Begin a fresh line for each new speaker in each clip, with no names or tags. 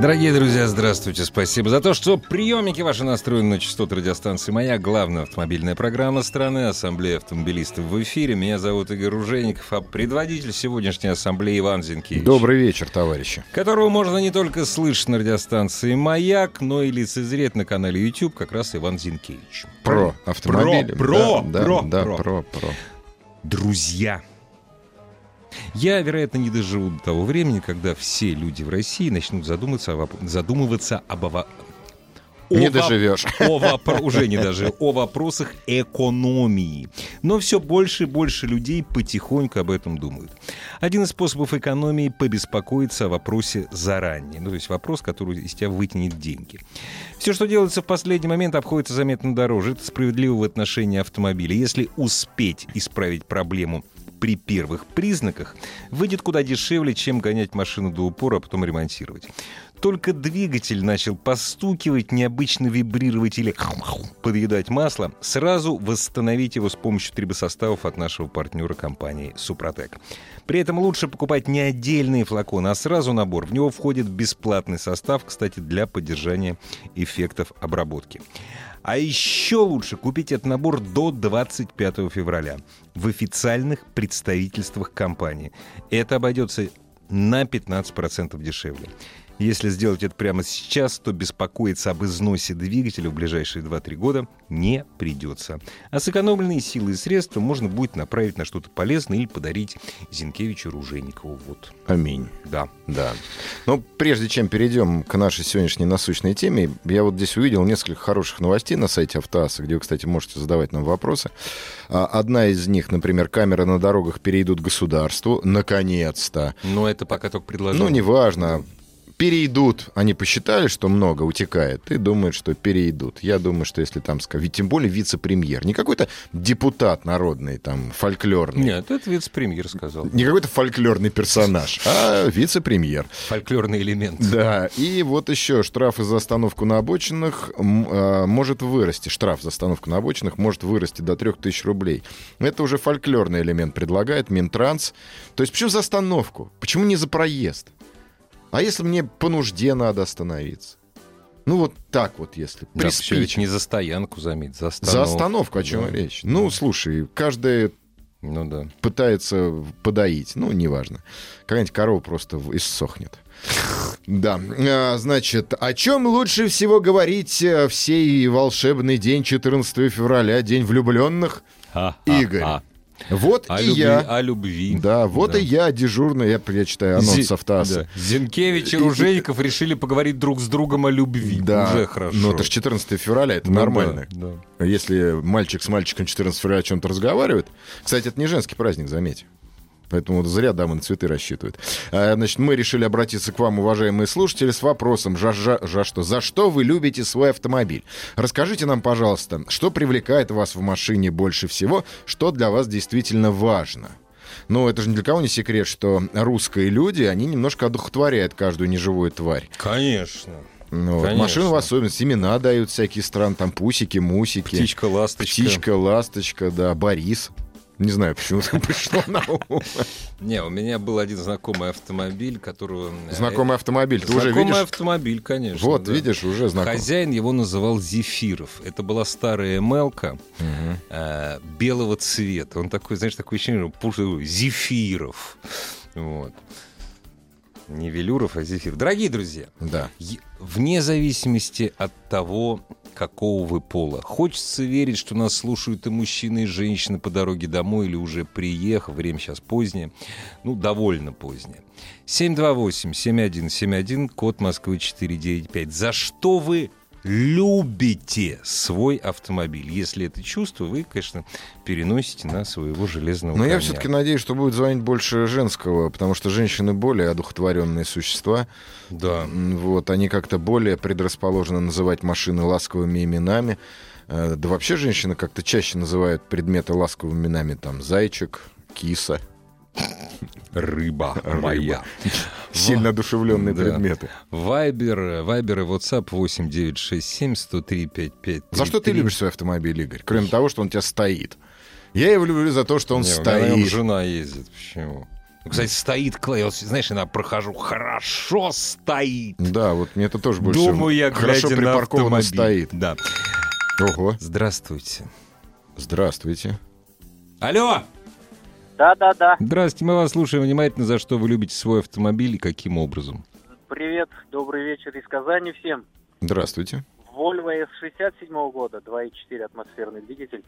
Дорогие друзья, здравствуйте. Спасибо за то, что приемники ваши настроены на частоту радиостанции «Моя». Главная автомобильная программа страны, Ассамблея автомобилистов в эфире. Меня зовут Игорь Ружейников, а предводитель сегодняшней Ассамблеи Иван Зинкевич.
Добрый вечер, товарищи.
Которого можно не только слышать на радиостанции «Маяк», но и лицезреть на канале YouTube как раз Иван Зинкевич.
Про автомобили.
про,
да, да,
про,
да,
про.
про, про.
Друзья. Я, вероятно, не доживу до того времени, когда все люди в России начнут задуматься, о воп- задумываться об... ова- о
Не
воп-
доживешь.
о вопро- уже не даже, о вопросах экономии. Но все больше и больше людей потихоньку об этом думают. Один из способов экономии – побеспокоиться о вопросе заранее. Ну, то есть вопрос, который из тебя вытянет деньги. Все, что делается в последний момент, обходится заметно дороже. Это справедливо в отношении автомобиля. Если успеть исправить проблему при первых признаках, выйдет куда дешевле, чем гонять машину до упора, а потом ремонтировать. Только двигатель начал постукивать, необычно вибрировать или подъедать масло, сразу восстановить его с помощью трибосоставов от нашего партнера компании «Супротек». При этом лучше покупать не отдельные флаконы, а сразу набор. В него входит бесплатный состав, кстати, для поддержания эффектов обработки. А еще лучше купить этот набор до 25 февраля в официальных представительствах компании. Это обойдется на 15% дешевле. Если сделать это прямо сейчас, то беспокоиться об износе двигателя в ближайшие 2-3 года не придется. А сэкономленные силы и средства можно будет направить на что-то полезное или подарить Зинкевичу Ружейникову. Вот,
Аминь.
да.
Да. Но прежде чем перейдем к нашей сегодняшней насущной теме, я вот здесь увидел несколько хороших новостей на сайте Автоаса, где вы, кстати, можете задавать нам вопросы. А, Одна из них, например, камеры на дорогах перейдут государству. Наконец-то.
Но это пока только предложение.
Ну, неважно. Перейдут. Они посчитали, что много утекает, и думают, что перейдут. Я думаю, что если там... ска- Ведь тем более вице-премьер. Не какой-то депутат народный, там, фольклорный.
Нет, это вице-премьер сказал.
Не какой-то фольклорный персонаж, а вице-премьер.
Фольклорный элемент.
Да, и вот еще штраф за остановку на обочинах м, э, может вырасти. Штраф за остановку на обочинах может вырасти до 3000 рублей. Это уже фольклорный элемент предлагает Минтранс. То есть почему за остановку? Почему не за проезд? А если мне по нужде надо остановиться? Ну вот так вот, если
Да, вообще ведь
приспичит.
не за стоянку, заметь, за остановку.
За остановку, о чем
Да.
речь? Ну, слушай, каждая
Ну да.
пытается подоить, ну, неважно. Какая-нибудь корова просто в- иссохнет. Да, А, значит, о чем лучше всего говорить э, в сей волшебный день 14 февраля, день влюбленных? Игорь.
А,
Вот
О
и
любви,
я.
о любви.
Да, вот и я дежурный, я, я читаю анонс
Зи-
автоаса.
да. Зинкевич и Ружейников решили поговорить друг с другом о любви.
Да,
Уже хорошо.
но это же 14 февраля, это
Ну да,
нормально.
да.
Если мальчик с мальчиком 14 февраля о чем-то разговаривает. Кстати, это не женский праздник, заметь. Поэтому зря дамы на цветы рассчитывают. А, Значит, мы решили обратиться к вам, уважаемые слушатели, с вопросом, за, за- за что, за что вы любите свой автомобиль? Расскажите нам, пожалуйста, что привлекает вас в машине больше всего, что для вас действительно важно? Ну, это же ни для кого не секрет, что русские люди, они немножко одухотворяют каждую неживую тварь.
Конечно.
Ну, вот
Конечно.
машину в особенности, имена дают всякие стран, там пусики, мусики.
Птичка, ласточка.
Птичка, ласточка, да, Борис. Не знаю, почему это пришло на ум.
Не, у меня был один знакомый автомобиль, которого... э,
Знакомый автомобиль. Ты уже
знакомый
видишь?
автомобиль, конечно.
Вот,
да.
видишь, уже знаком.
Хозяин его называл Зефиров. Это была старая мелка э, белого цвета. Он такой, знаешь, такое ощущение, что пуш- такой, Зефиров. Вот. Не Велюров, а Зефир. Дорогие друзья,
Да.
Е- Вне зависимости от того, какого вы пола. Хочется верить, что нас слушают и мужчины, и женщины по дороге домой или уже приехав. Время сейчас позднее. Ну, довольно позднее. 728-7171, код Москвы 495. За что вы любите свой автомобиль. Если это чувство, вы, конечно, переносите на своего железного
Но я
коня.
все-таки надеюсь, что будет звонить больше женского, потому что женщины более одухотворенные существа.
Да.
М, Вот, они как-то более предрасположены называть машины ласковыми именами. Э, Да вообще женщины как-то чаще называют предметы ласковыми именами, там, зайчик, киса,
Рыба, моя.
сильно одушевленные
Да.
предметы.
Вайбер, Вайбер и WhatsApp 8967 103 55
За что ты любишь свой автомобиль, Игорь? Кроме того, что он у тебя стоит. Я его люблю за то, что он
Не, у меня на нем
стоит.
жена ездит. Почему? Ну, Кстати, стоит Клей. Вот, знаешь, иногда прохожу. Хорошо стоит.
Да, вот мне это тоже больше всего.
Думаю я,
хорошо
глядя на
припаркован он
автомобиль.
стоит.
Да.
Ого,
Здравствуйте.
здравствуйте.
Алло!
Да, да, да.
Здравствуйте, мы вас слушаем внимательно, за что вы любите свой автомобиль и каким образом.
Привет, добрый вечер из Казани всем.
Здравствуйте.
Volvo S67 года, 2.4 атмосферный двигатель.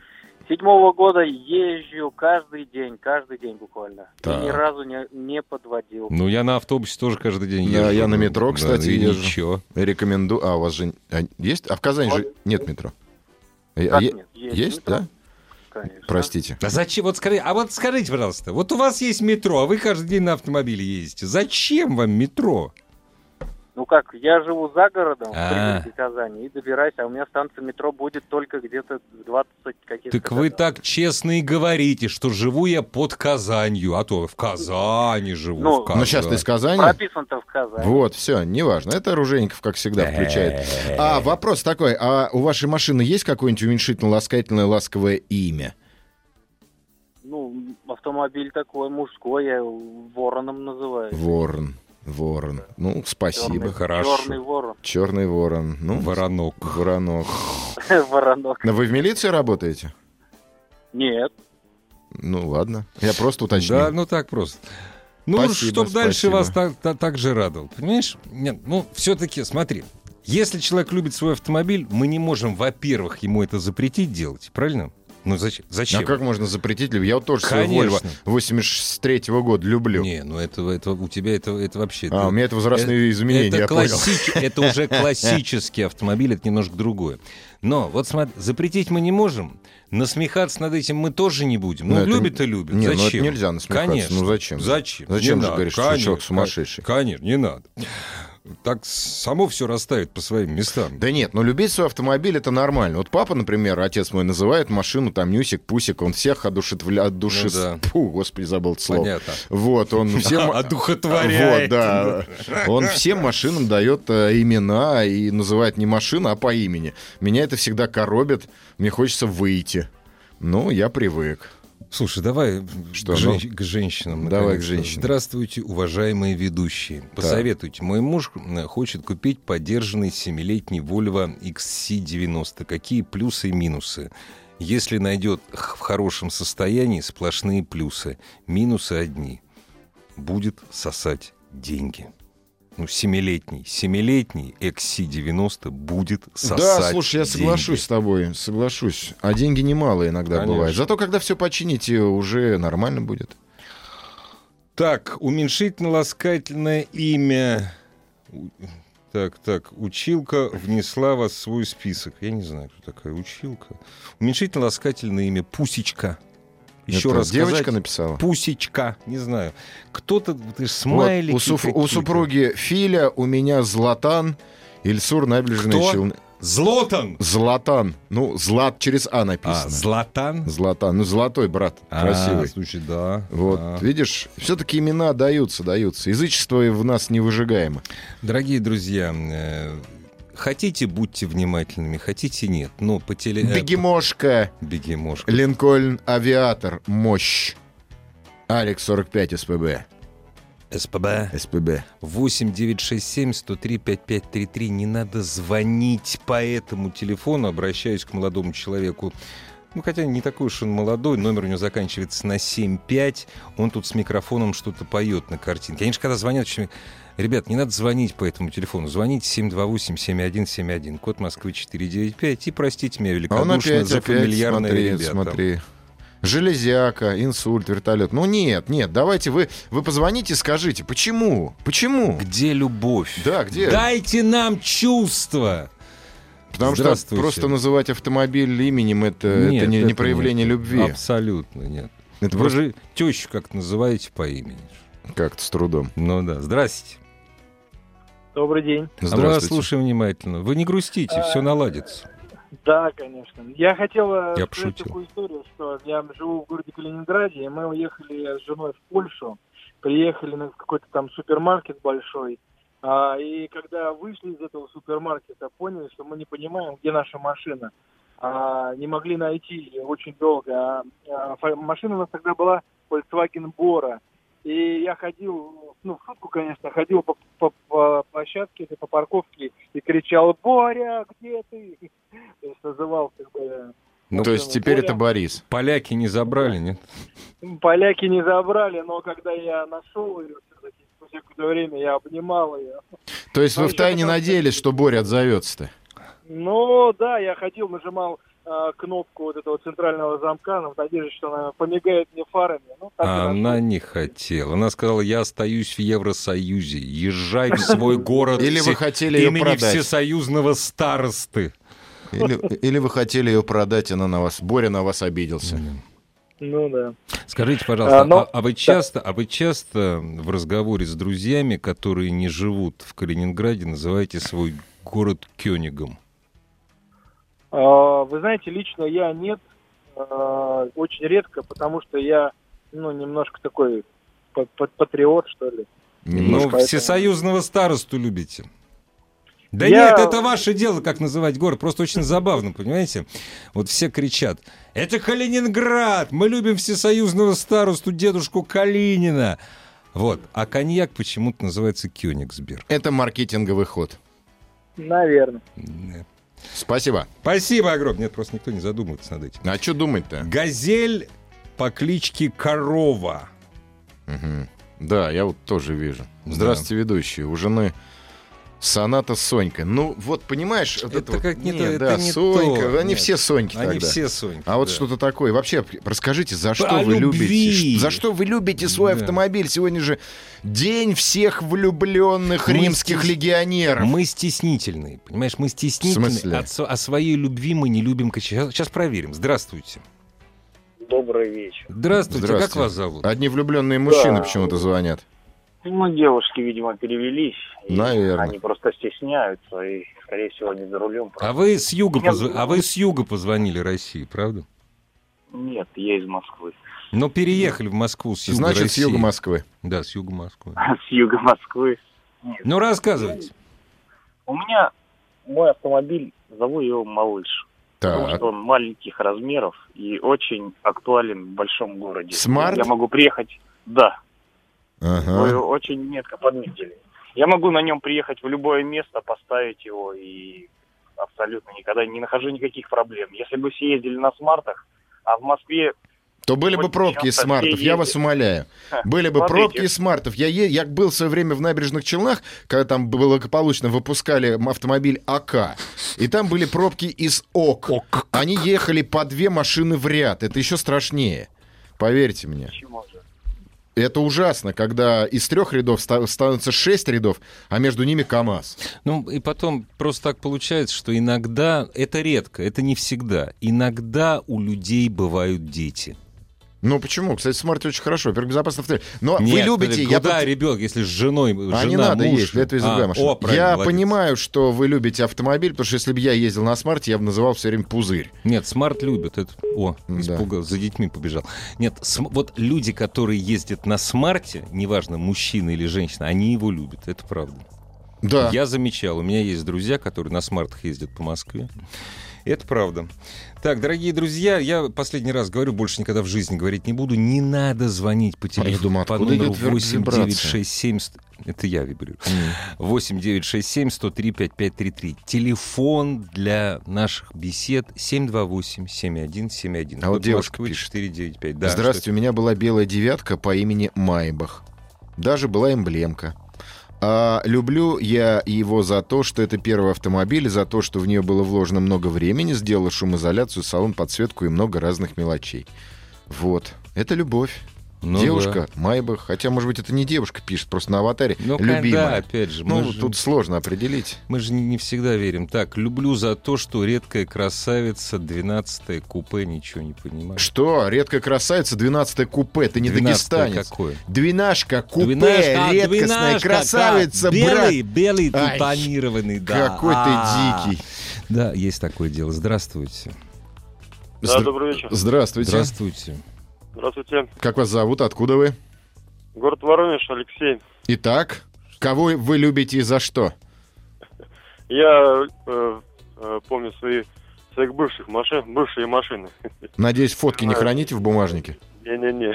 Седьмого года езжу каждый день, каждый день буквально. И
Так.
ни разу не, не подводил.
Ну, я на автобусе тоже каждый день езжу.
Да, я на метро,
Да,
кстати,
и
езжу.
Ничего.
Рекомендую. А, у вас же а, есть? А в Казани же нет метро. Э, а
Как
е-
нет? Есть
Есть,
метро.
да?
Конечно.
Простите.
А зачем? Вот скажи, а вот скажите, пожалуйста, вот у вас есть метро, а вы каждый день на автомобиле ездите. Зачем вам метро?
Ну как, я живу за городом, в
А.
пригороде Казани, и добираюсь, а у меня станция метро будет только где-то в 20 каких-то
Так вы
годах.
так честно и говорите, что живу я под Казанью, а то в Казани живу.
Ну,
в
ну,
Но сейчас ты из Казани.
Прописан-то в Казани.
Вот, все, неважно. Это оружейников, как всегда, включает. А, вопрос такой. А у вашей машины есть какое-нибудь уменьшительно-ласкательное ласковое имя?
Ну, автомобиль такой мужской, я его вороном называю.
Ворон. Ворон. Ну,
Черный-
спасибо.
хорошо.
Черный ворон.
Черный ворон. Ну,
Воронок.
воронок.
Воронок.
Но вы в милиции работаете?
Нет.
Ну, ладно. Я просто
Да,
уточнил.
ну так просто. Ну,
Спасибо,
чтоб дальше
спасибо.
вас так, та- так же радовал. Понимаешь? Нет, ну, все-таки, смотри. Если человек любит свой автомобиль, мы не можем, во-первых, ему это запретить делать, правильно? Ну, зачем?
А
Зачем?
как можно запретить? люб- Я вот тоже свой
Конечно.
Вольво 83-го года люблю.
Не, ну это, это у тебя это, это вообще...
А,
это-
у меня это возрастные изменения,
это
я понял.
классич- Это уже классический автомобиль, это немножко другое. Но вот смотри, запретить мы не можем, насмехаться над этим мы тоже не будем.
Ну,
Ну,
это-
любит и любит.
Не, ну, это
зачем?
нельзя насмехаться.
Конечно.
Ну, зачем?
Зачем?
Зачем
Не
же
надо.
говоришь, что
Конечно,
человек
кон-
сумасшедший?
Конечно, не надо. Так само все расставит по своим местам.
Да нет, но любить свой автомобиль это нормально. Вот папа, например, отец мой называет машину там Нюсик, Пусик, он всех одушевля... от души.
Ну да.
Фу, господи, забыл это слово.
Понятно.
Вот, он всем...
Одухотворяет.
Вот, да. Он всем машинам дает э, имена и называет не машина, а по имени. Меня это всегда коробит, мне хочется выйти. Ну, я привык.
Слушай, давай
Что,
к, жен-
ну?
к женщинам.
Давай
наконец-то.
к женщинам.
Здравствуйте, уважаемые ведущие. Посоветуйте. Мой муж м, хочет купить поддержанный 7-летний Volvo XC90. Какие плюсы и минусы? Если найдет х- в хорошем состоянии, сплошные плюсы. Минусы одни. Будет сосать деньги. Ну, семилетний. Семилетний XC90 будет сосать
Да, слушай, я
деньги.
соглашусь с тобой, соглашусь. А деньги немало иногда
Конечно.
бывает. Зато когда все почините, уже нормально будет.
Так, уменьшительно-ласкательное имя. У- Так, так, училка внесла вас в свой список. Я не знаю, кто такая училка. Уменьшительно-ласкательное имя Пусечка. Еще
Это
раз
девочка
сказать.
написала.
Пусечка, не знаю. Кто-то, ты ж
Вот,
смайлики
у, суф- у
какие-то.
супруги Филя, у меня Златан, Ильсур набережные
Кто?
Челны.
Злотан!
Златан. Ну, Злат через А
А,
написано.
Златан?
Златан. Ну, золотой, брат.
А,
Красивый.
слушай, да. А,
Вот,
да.
видишь, все-таки имена даются, даются. Язычество и в нас не выжигаемо.
Дорогие друзья, э, хотите, будьте внимательными, хотите, нет. Но по теле... э,
Бегемошка,
Бегемошка.
Линкольн, авиатор, мощь. Алекс 45 СПБ.
СПБ.
СПБ.
8967-103-5533. Не надо звонить по этому телефону. Обращаюсь к молодому человеку. Ну, хотя не такой уж он молодой. Номер у него заканчивается на 75. Он тут с микрофоном что-то поет на картинке. Они же когда звонят, очень... ребят, не надо звонить по этому телефону. Звоните 728-7171, код Москвы 495. И простите меня
А он
великодушно
опять,
за
опять,
фамильярные
смотри,
ребята.
смотри. Железяка, инсульт, вертолет. Ну нет, нет, давайте вы, вы позвоните и скажите, почему? Почему?
Где любовь?
Да, где?
Дайте нам чувство.
Потому что
Здравствуйте.
просто называть автомобиль именем это,
Нет,
это не, не
этого
проявление
нет.
любви.
Абсолютно нет.
Это
Вы
просто
же тещу как-то называете по имени.
как-то с трудом.
Ну да, здрасте.
Добрый день.
А мы вас
Здравствуйте.
слушаем внимательно. Вы не грустите, все наладится.
Да, конечно. Я хотел э,
Я
сказать
пошутил.
такую историю, что я живу в городе Калининграде, и мы уехали с женой в Польшу, приехали на какой-то там супермаркет большой, а, и когда вышли из этого супермаркета, поняли, что мы не понимаем, где наша машина. А, не могли найти ее очень долго. А, а, фа- машина у нас тогда была Volkswagen Bora. И я ходил, ну, в шутку, конечно, ходил по, по- по площадке, по парковке и кричал «Боря, где ты?» То есть называл как бы...
Ну,
То есть
Боря.
теперь это Борис.
Поляки не забрали, нет?
Поляки не забрали, но когда я нашел ее, все-таки спустя какое-то время я обнимал ее.
То есть
Ну,
вы
ещё
втайне
потом-
надеялись, что Боря отзовется-то?
Ну, да, я ходил, нажимал э, кнопку вот этого центрального замка, но в надежде, что она помигает мне фарами. Ну, так и
А
нашел.
она не хотела. Она сказала, я остаюсь в Евросоюзе. Езжай в свой город
Или
все-
вы хотели ее
имени
продать?
всесоюзного старосты.
Или, или вы хотели ее продать, она на вас, Боря на вас обиделся.
Ну, да.
Скажите, пожалуйста,
А, но-
а, а вы часто, а вы часто в разговоре с друзьями, которые не живут в Калининграде, называете свой город Кёнигом?
А, Вы знаете, лично я нет, а, очень редко, потому что я, ну, немножко такой па- па- патриот, что ли.
Ну,
Немножко.
поэтому-
всесоюзного старосту любите. Да
Я-
нет, это ваше дело, как называть город. Просто очень забавно, понимаете? Вот все кричат. Это Калининград! Мы любим всесоюзного старосту, дедушку Калинина! Вот. А коньяк почему-то называется Кёнигсберг.
Это маркетинговый ход.
Наверное.
Да.
Спасибо.
Спасибо огромное. Нет, просто никто не задумывается над этим.
А что думать-то?
Газель по кличке Корова.
Мгм. Да, я вот тоже вижу. Здравствуйте, ведущие. У жены Соната Сонька. Ну, вот понимаешь, вот
Это
вот-
как не
Не,
то, это
да,
не
Сонька.
то.
Они
Нет.
все Соньки
Они
тогда.
все Соньки.
А вот
да.
что-то такое. Вообще, расскажите, за что
Про
вы любите?
любви.
ш- За что вы любите свой
Да.
автомобиль? Сегодня же день всех влюбленных
Мы
римских
здесь-
легионеров.
Мы стеснительные, понимаешь, мы
В
стеснительные.
смысле?
От со- о своей любви мы не любим Сейчас, проверим. Здравствуйте.
Добрый вечер.
Здравствуйте,
Здравствуйте.
как вас зовут?
Одни влюбленные мужчины
Да.
почему-то звонят.
Ну, девушки, видимо, перевелись. и
Наверное.
Они просто стесняются и, скорее всего, они за рулем.
А вы с юга,
Я-
позв- а вы с юга позвонили России, правда?
Нет, я из Москвы.
Но переехали в Москву с юга
Значит, с
России.
юга Москвы.
Да, с юга Москвы.
С юга Москвы.
Ну, рассказывайте.
У меня мой автомобиль, зову его «Малыш». Потому
Так.
что он маленьких размеров и очень актуален в большом городе.
Смарт?
Я могу приехать... Да, вы
Ага.
очень метко подметили. Я могу на нем приехать в любое место, поставить его и абсолютно никогда не нахожу никаких проблем. Если бы все ездили на смартах, а в Москве
То были бы
Вот
пробки из
сейчас
смартов,
все
я
ездят.
вас умоляю. Были бы
смотрите.
пробки из смартов. Я, е- я был в свое время в набережных Челнах, когда там благополучно выпускали м- автомобиль АК. И там были пробки из ОК. Они ехали по две машины в ряд. Это еще страшнее. Поверьте мне.
почему же?
Это ужасно, когда из трех рядов ста- становится шесть рядов, а между ними КАМАЗ.
Ну, и потом просто так получается, что иногда, это редко, это не всегда, иногда у людей бывают дети.
Ну почему? Кстати, в смарте очень хорошо. Во-первых, безопасно автомобиль. Но вы
Нет,
любите... я
Куда
пот-
ребенок, «Ну если с женой,
А
жена,
не надо
муж?
есть, для этого есть другая
А,
машина.
о, правильно,
я
молодец.
понимаю, что вы любите автомобиль, потому что если бы я ездил на смарте, я бы называл все время пузырь.
Нет, смарт любит. Это... О,
Да.
испугал, за детьми побежал. Нет, см- вот люди, которые ездят на смарте, неважно, мужчина или женщина, они его любят, это правда.
Да.
Я замечал, у меня есть друзья, которые на смартах ездят по Москве. Это правда. Так, дорогие друзья, я последний раз говорю, больше никогда в жизни говорить не буду. Не надо звонить по телефону
А я думаю,
по
откуда
номеру
идет вибр-
8967. Это я вибрирую. 8967 103 5533. Телефон для наших бесед 728 7171.
А вот девушка пишет.
495. Да,
Здравствуйте, у меня была белая девятка по имени Майбах. Даже была эмблемка. А люблю я его за то, что это первый автомобиль, за то, что в нее было вложено много времени, сделала шумоизоляцию, салон, подсветку и много разных мелочей. Вот. Это любовь.
Ну
девушка, Майбах. Хотя, может быть, это не девушка пишет, просто на аватаре.
Ну, когда,
любимая.
опять же, мы
ну,
же-
тут сложно определить.
Мы же не- не всегда верим. Так, люблю за то, что редкая красавица, 12 купе, ничего не понимаю.
Что? Редкая красавица, 12 купе. Ты не
12-е
дагестанец.
какое?
Двенашка, купе,
Двенашка, а,
редкостная
двенашка,
красавица,
да.
брат.
Белый, белый,
Ай,
тонированный, да.
Какой
А.
ты дикий.
Да, есть такое дело. Здравствуйте.
Да,
Здра-
добрый вечер.
Здравствуйте.
Здравствуйте.
Здравствуйте.
Как вас зовут? Откуда вы?
Город Воронеж, Алексей.
Итак, кого вы любите и за что?
Я э, э, помню свои своих бывших машин, бывшие машины.
Надеюсь, фотки не
Знаю.
храните в бумажнике?
Не-не-не.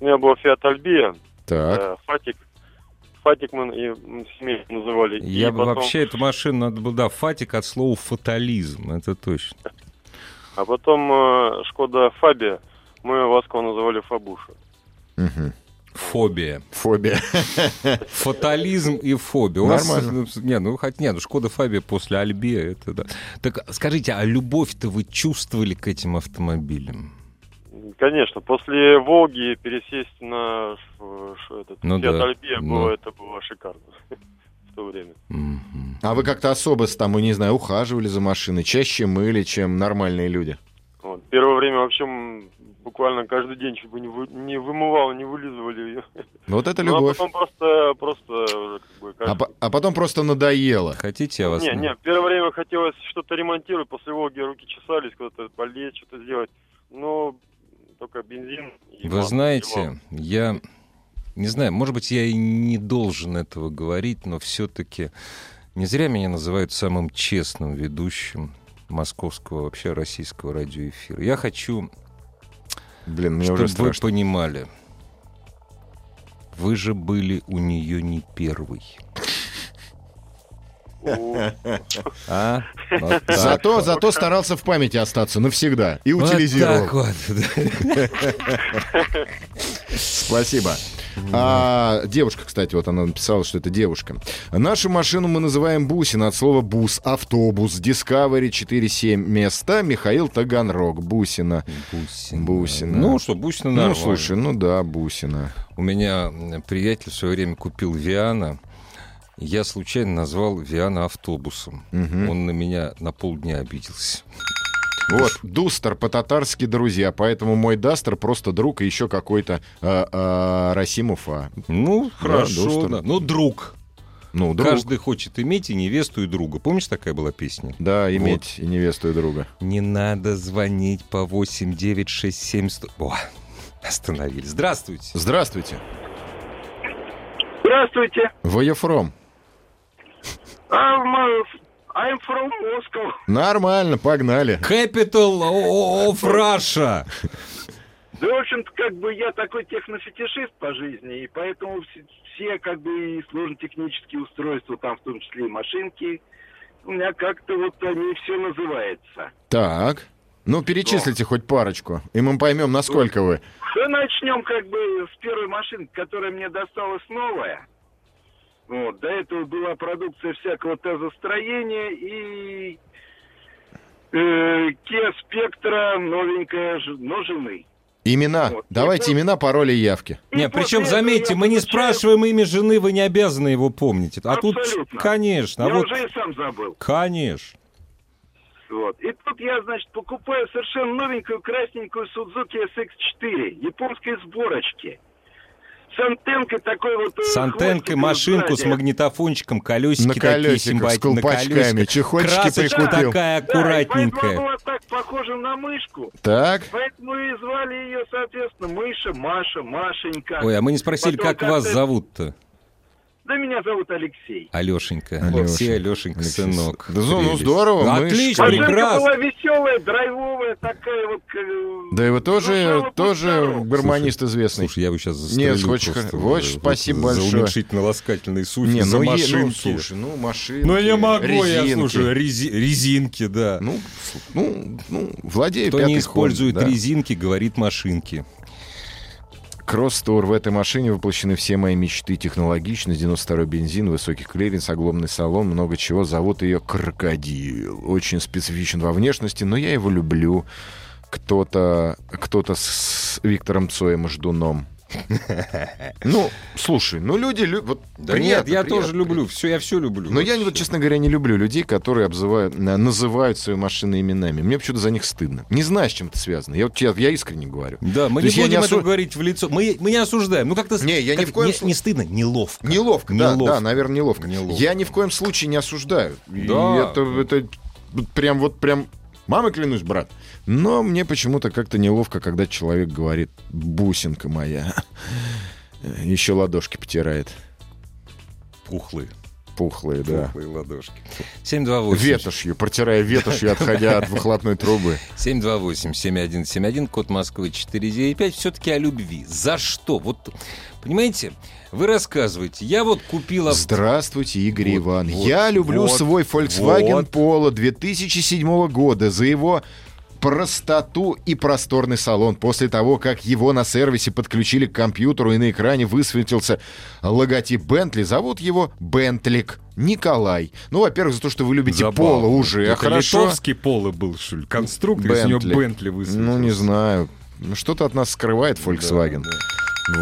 У меня был Fiat Альбия,
Так.
э, Фатик. Фатик мы и м, семейство называли. И
Я бы
потом-
вообще эту машину надо было... Да, фатик от слова фатализм, это точно.
А потом э, Шкода Фабия. Мы Васко называли Фабуша.
Мгм.
Фобия.
Фобия.
Фатализм и фобия. У
Нормально.
Нас, не, ну, хоть, не, ну, Шкода Фабия после Альбия, это да. Так скажите, а любовь-то вы чувствовали к этим автомобилям?
Конечно, после Волги пересесть на ш- ш- этот,
Ну
Fiat
да,
Альбия
ну.
было, это было шикарно в то время.
Мгм.
А вы как-то особо с- там, я не знаю, ухаживали за машиной, чаще мыли, чем нормальные люди?
Вот. Первое время вообще м, буквально каждый день чуть бы не, вы- не вымывал, не вылизывали ее.
Ну, Вот это
Ну, а
любовь.
потом просто, просто уже как бы...
А,
каждый-
по- а потом просто надоело.
Хотите, я вас...
Э. Не, не, первое время хотелось что-то ремонтировать, после Волги руки чесались, куда-то полезть, что-то сделать. Но только бензин и
Вы
масло, и мало.
знаете, я не знаю, может быть, я и не должен этого говорить, но все-таки не зря меня называют самым честным ведущим московского, вообще российского радиоэфира. Я хочу,
Блин, мне
чтобы
уже
вы
страшно.
понимали, вы же были у нее не первый.
У-
А? Вот так.
Зато, зато старался в памяти остаться навсегда и
Вот
утилизировал.
так вот.
Спасибо. А, девушка, кстати, вот она написала, что это девушка. Нашу машину мы называем Бусин от слова бус, автобус, Discovery 4.7 места, Михаил Таганрог, Бусина.
Бусина.
Бусина.
Ну что, бусина
Ну,
нормально.
слушай, ну да, Бусина.
У меня м, приятель в свое время купил Виана. Я случайно назвал Виана автобусом.
Мгм.
Он на меня на полдня обиделся.
Вот, Дустер по-татарски друзья, поэтому мой Дастер просто друг и еще какой-то э, э, Расим Уфа.
Ну,
ну
хорошо.
что?
да. Ну, друг.
Ну, друг.
Каждый хочет иметь и невесту, и друга. Помнишь, такая была песня?
Да, иметь и невесту, и друга.
Не надо звонить по 8 9 6 7 100. О, остановились. Здравствуйте.
Здравствуйте.
Здравствуйте.
Where you from?
I'm, uh, I'm from Moscow.
Нормально, погнали.
Capital of Russia.
Да, в общем-то, как бы я такой технофетишист по жизни, и поэтому вс- все, как бы, и сложнотехнические устройства, там, в том числе и машинки, у меня как-то вот они все называются.
Так. Ну, перечислите хоть парочку, и мы поймем, насколько вы.
Да начнем, как бы, с первой машинки, которая мне досталась новая. Вот, до этого была продукция всякого тезостроения и э, Kia Spectra новенькая, ж- но жены.
Имена.
Вот.
Давайте имена, пароли и явки.
Не,
И
причем,
после этого
заметьте,
я
мы не
получаю-
спрашиваем имя жены, вы не обязаны его помнить. А тут,
Абсолютно.
конечно, а
я
вот,
уже и сам забыл.
конечно.
Вот. И тут я, значит, покупаю совершенно новенькую красненькую Suzuki SX4 японской сборочки. С антенкой такой вот... э,
С антенкой,
хвостиком
машинку с
сзади.
магнитофончиком, колесики
на
такие
колесиках, с
симпатичные. на
колпачками,
колесиках.
чехольчики
Красочка
прикупил.
такая
Да, и поэтому она
аккуратненькая.
была так похожа на мышку.
Так.
Поэтому и звали ее, соответственно, Мыша, Маша, Машенька.
Ой, а мы не спросили,
Потом
как вас
как-то-
зовут-то,
Да меня зовут Алексей.
Алешенька.
Алёша.
Алексей, Алешенька,
Алексей,
сынок.
да ну, ну,
Прелесть.
здорово, мы
Отлично,
что-
Машинка была
прекрасно.
веселая, драйвовая, такая вот... э,
Да и вы тоже,
внушала
тоже
пульсару.
гармонист известный.
Слушай, я его сейчас
Не,
застрелю.
очень
просто
хо- вот
за-
спасибо
за
большое.
уменьшительно-ласкательные сухи,
Не,
за
ну, е- ну,
машинки.
слушай, ну машинки,
Ну, я могу, я
резинки.
слушаю, рези- резинки, да.
Ну, слу- ну, ну, владею
Кто
пятой
не использует
Хондой, да.
резинки, говорит машинки.
Кросс-тур. В этой машине воплощены все мои мечты. Технологичность, 92-й бензин, высокий клиренс, огромный салон, много чего. Зовут ее Крокодил. Очень специфичен во внешности, но я его люблю. кто-то кто-то с Виктором Цоем Ждуном. Ну, слушай, ну люди любят... Вот,
Да нет,
приятно,
я
приятно,
тоже
приятно.
люблю. Все, я все люблю.
Но я, не- вот,
Вообще.
честно говоря, не люблю людей, которые обзывают, на- называют свои машины именами. Мне почему-то за них стыдно. Не знаю, с чем это связано. Я, вот честно, я искренне говорю.
Да, мы не
То есть я
будем
не
этого
осу-
говорить в лицо. Мы, мы не осуждаем. Ну как-то... с-
Не, я ни
как-
в коем
не-
случае-
Не стыдно, неловко.
Неловко, да,
Неловко.
да, наверное, неловко.
Неловко.
Я ни в коем случае не осуждаю. И
Да.
это, это прям вот прям... Мама, клянусь, брат. Но мне почему-то как-то неловко, когда человек говорит «бусинка моя». Еще ладошки потирает.
Пухлые.
Пухлые, да.
Пухлые ладошки. 728.
Ветошью, протирая ветошью, отходя от выхлопной трубы.
728-7171, код Москвы 495. Все-таки о любви. За что? Вот, понимаете, вы рассказываете, я вот купила...
Здравствуйте, Игорь
Вот,
Иван.
вот,
Я люблю
вот,
свой Volkswagen
вот.
Polo 2007 года за его простоту и просторный салон. После того, как его на сервисе подключили к компьютеру и на экране высветился логотип Бентли, зовут его Бентлик Николай. Ну, во-первых, за то, что вы любите
Забавно.
Поло уже, а
Это
хорошо.
литовский Поло был, что ли? Конструктор, из него
Бентли.
Бентли высветил.
Ну, не знаю. Ну, Что-то от нас скрывает Volkswagen.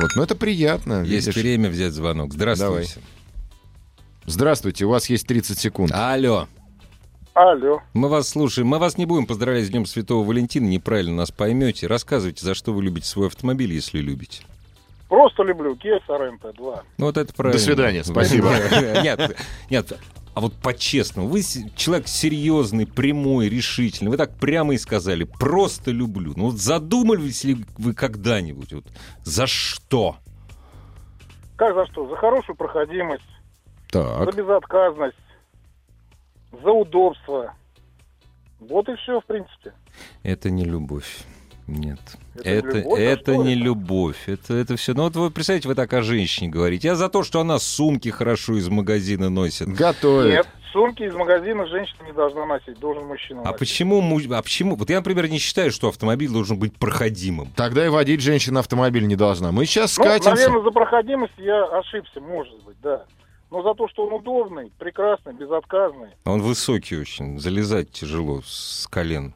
Вот, но это приятно.
Есть
видишь.
время взять звонок. Здравствуйте.
Здравствуйте, у вас есть 30 секунд.
Алло.
Алло.
Мы вас слушаем. Мы вас не будем поздравлять с Днем Святого Валентина. Неправильно нас поймете. Рассказывайте, за что вы любите свой автомобиль, если любите.
Просто люблю Kia Sorento 2.
Ну, вот это правильно.
свидания, спасибо.
Нет, нет. А вот по-честному, вы с- человек серьезный, прямой, решительный. Вы так прямо и сказали. Просто люблю. Ну, вот задумывались ли вы когда-нибудь? Вот, за что?
Как за что? За хорошую проходимость,
Так.
за безотказность, за удобство. Вот и все, в принципе.
Это не любовь. Нет.
Это не
Это,
любовь, а
это
что
не
это?
любовь. Это, это все. Ну вот вы представляете, вы так о женщине говорите. Я за то, что она сумки хорошо из магазина носит.
Готовит.
Нет, сумки из магазина женщина не должна носить, должен мужчина
А
носить.
почему, му- а почему? Вот я, например, не считаю, что автомобиль должен быть проходимым.
Тогда и водить женщина автомобиль не должна. Мы сейчас
Ну,
скатимся.
наверное, за проходимость я ошибся, может быть, да. Но за то, что он удобный, прекрасный, безотказный,
Он высокий очень, залезать тяжело с колен.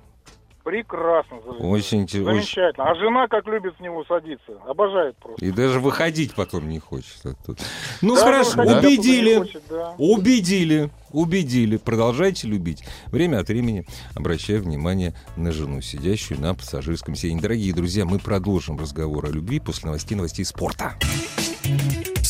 прекрасно. залезает.
Очень те- очень.
Замечательно. А жена как любит с него садиться, обожает просто.
И даже выходить потом не хочет. оттуда. Ну
Да,
хорошо,
выходить оттуда не
убедили.
хочет, да.
Убедили, убедили. Продолжайте любить. Время от времени обращая внимание на жену, сидящую на пассажирском сиденье. Дорогие друзья, мы продолжим разговор о любви после новостей новостей спорта.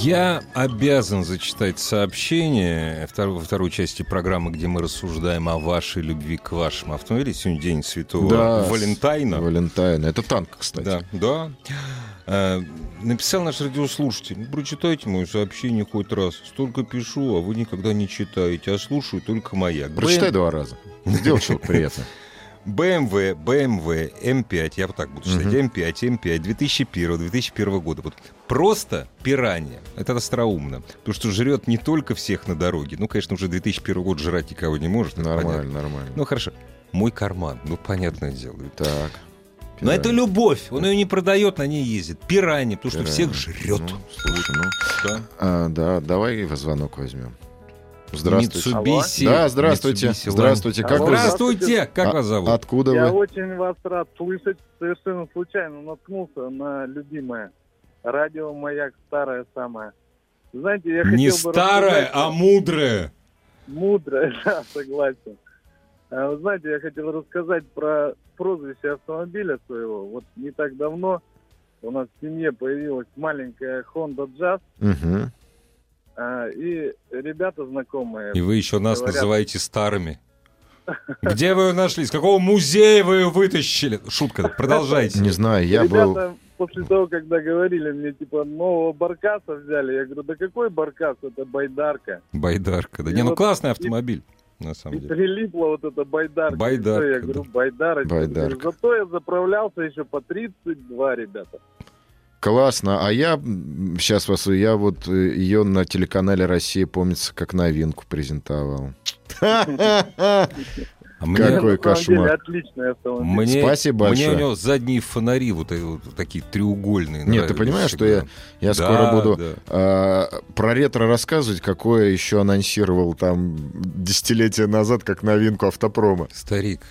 Я обязан зачитать сообщение втор- во второй части программы, где мы рассуждаем о вашей любви к вашему автомобилю. Сегодня день святого
Да,
Валентайна.
Валентайна. Это танк, кстати.
Да, да. Э, Написал наш радиослушатель. Прочитайте мое сообщение хоть раз. Столько пишу, а вы никогда не читаете. А слушаю только моя.
Прочитай два раза. Сделай что-то приятное.
BMW, BMW, M5, я вот так буду читать, M5, M5, 2001, 2001 года. Вот просто пирание. Это остроумно. Потому что жрет не только всех на дороге. Ну, конечно, уже 2001 год жрать никого не может. это понятно.
Нормально, нормально.
Ну, хорошо. Мой карман. Ну, понятное дело.
Так.
Но это
Пиранья.
любовь. Он ее не продает, на ней ездит. Пирание, потому что
Пиранья.
всех жрет.
Ну, слушай, ну,
Да.
а, да, давай его звонок возьмем. Здравствуйте.
Mitsubishi-
Да, здравствуйте.
Mitsubishi Lan-
Здравствуйте. Как
Алло.
вас-
Здравствуйте.
Здравствуйте. Как
А-
вас зовут?
Откуда
Я
вы?
очень вас рад слышать. Совершенно случайно наткнулся на любимое радио «Маяк» старое самое. Знаете, я
Не
хотел
а
бы
старая,
рассказать-
а мудрая.
Мудрое, да, согласен. А, вы Знаете, я хотел рассказать про прозвище автомобиля своего. Вот не так давно у нас в семье появилась маленькая Honda Jazz,
Мгм.
а, и ребята знакомые.
И вы еще нас
Говорят.
называете старыми. Где вы ее нашли? Из какого музея вы ее вытащили? Шутка, продолжайте.
Не знаю, я был...
Ребята после того, когда говорили мне, типа, нового Баркаса взяли, я говорю, да какой Баркас, это Байдарка.
Байдарка. Да
И
не, ну
вот-
классный автомобиль, на самом
И
деле.
прилипла вот эта байдарка. И
Байдарка,
всё, Я
да.
говорю, байдарочка.
Байдарка.
Зато я заправлялся еще по 32, ребята.
Классно. А я м, сейчас вас, я вот э, ее на телеканале Россия, помнится, как новинку презентовал.
А мне,
Какой
На самом деле,
кошмар.
Отличный автомобиль.
мне-
Спасибо
Мне
большое.
у него задние фонари вот, э, вот такие треугольные.
Нет, ты
нравились
понимаешь, что я,
всегда.
я
Да,
скоро буду
да.
а, про ретро рассказывать, какое еще анонсировал там десятилетия назад как новинку автопрома.
Старик,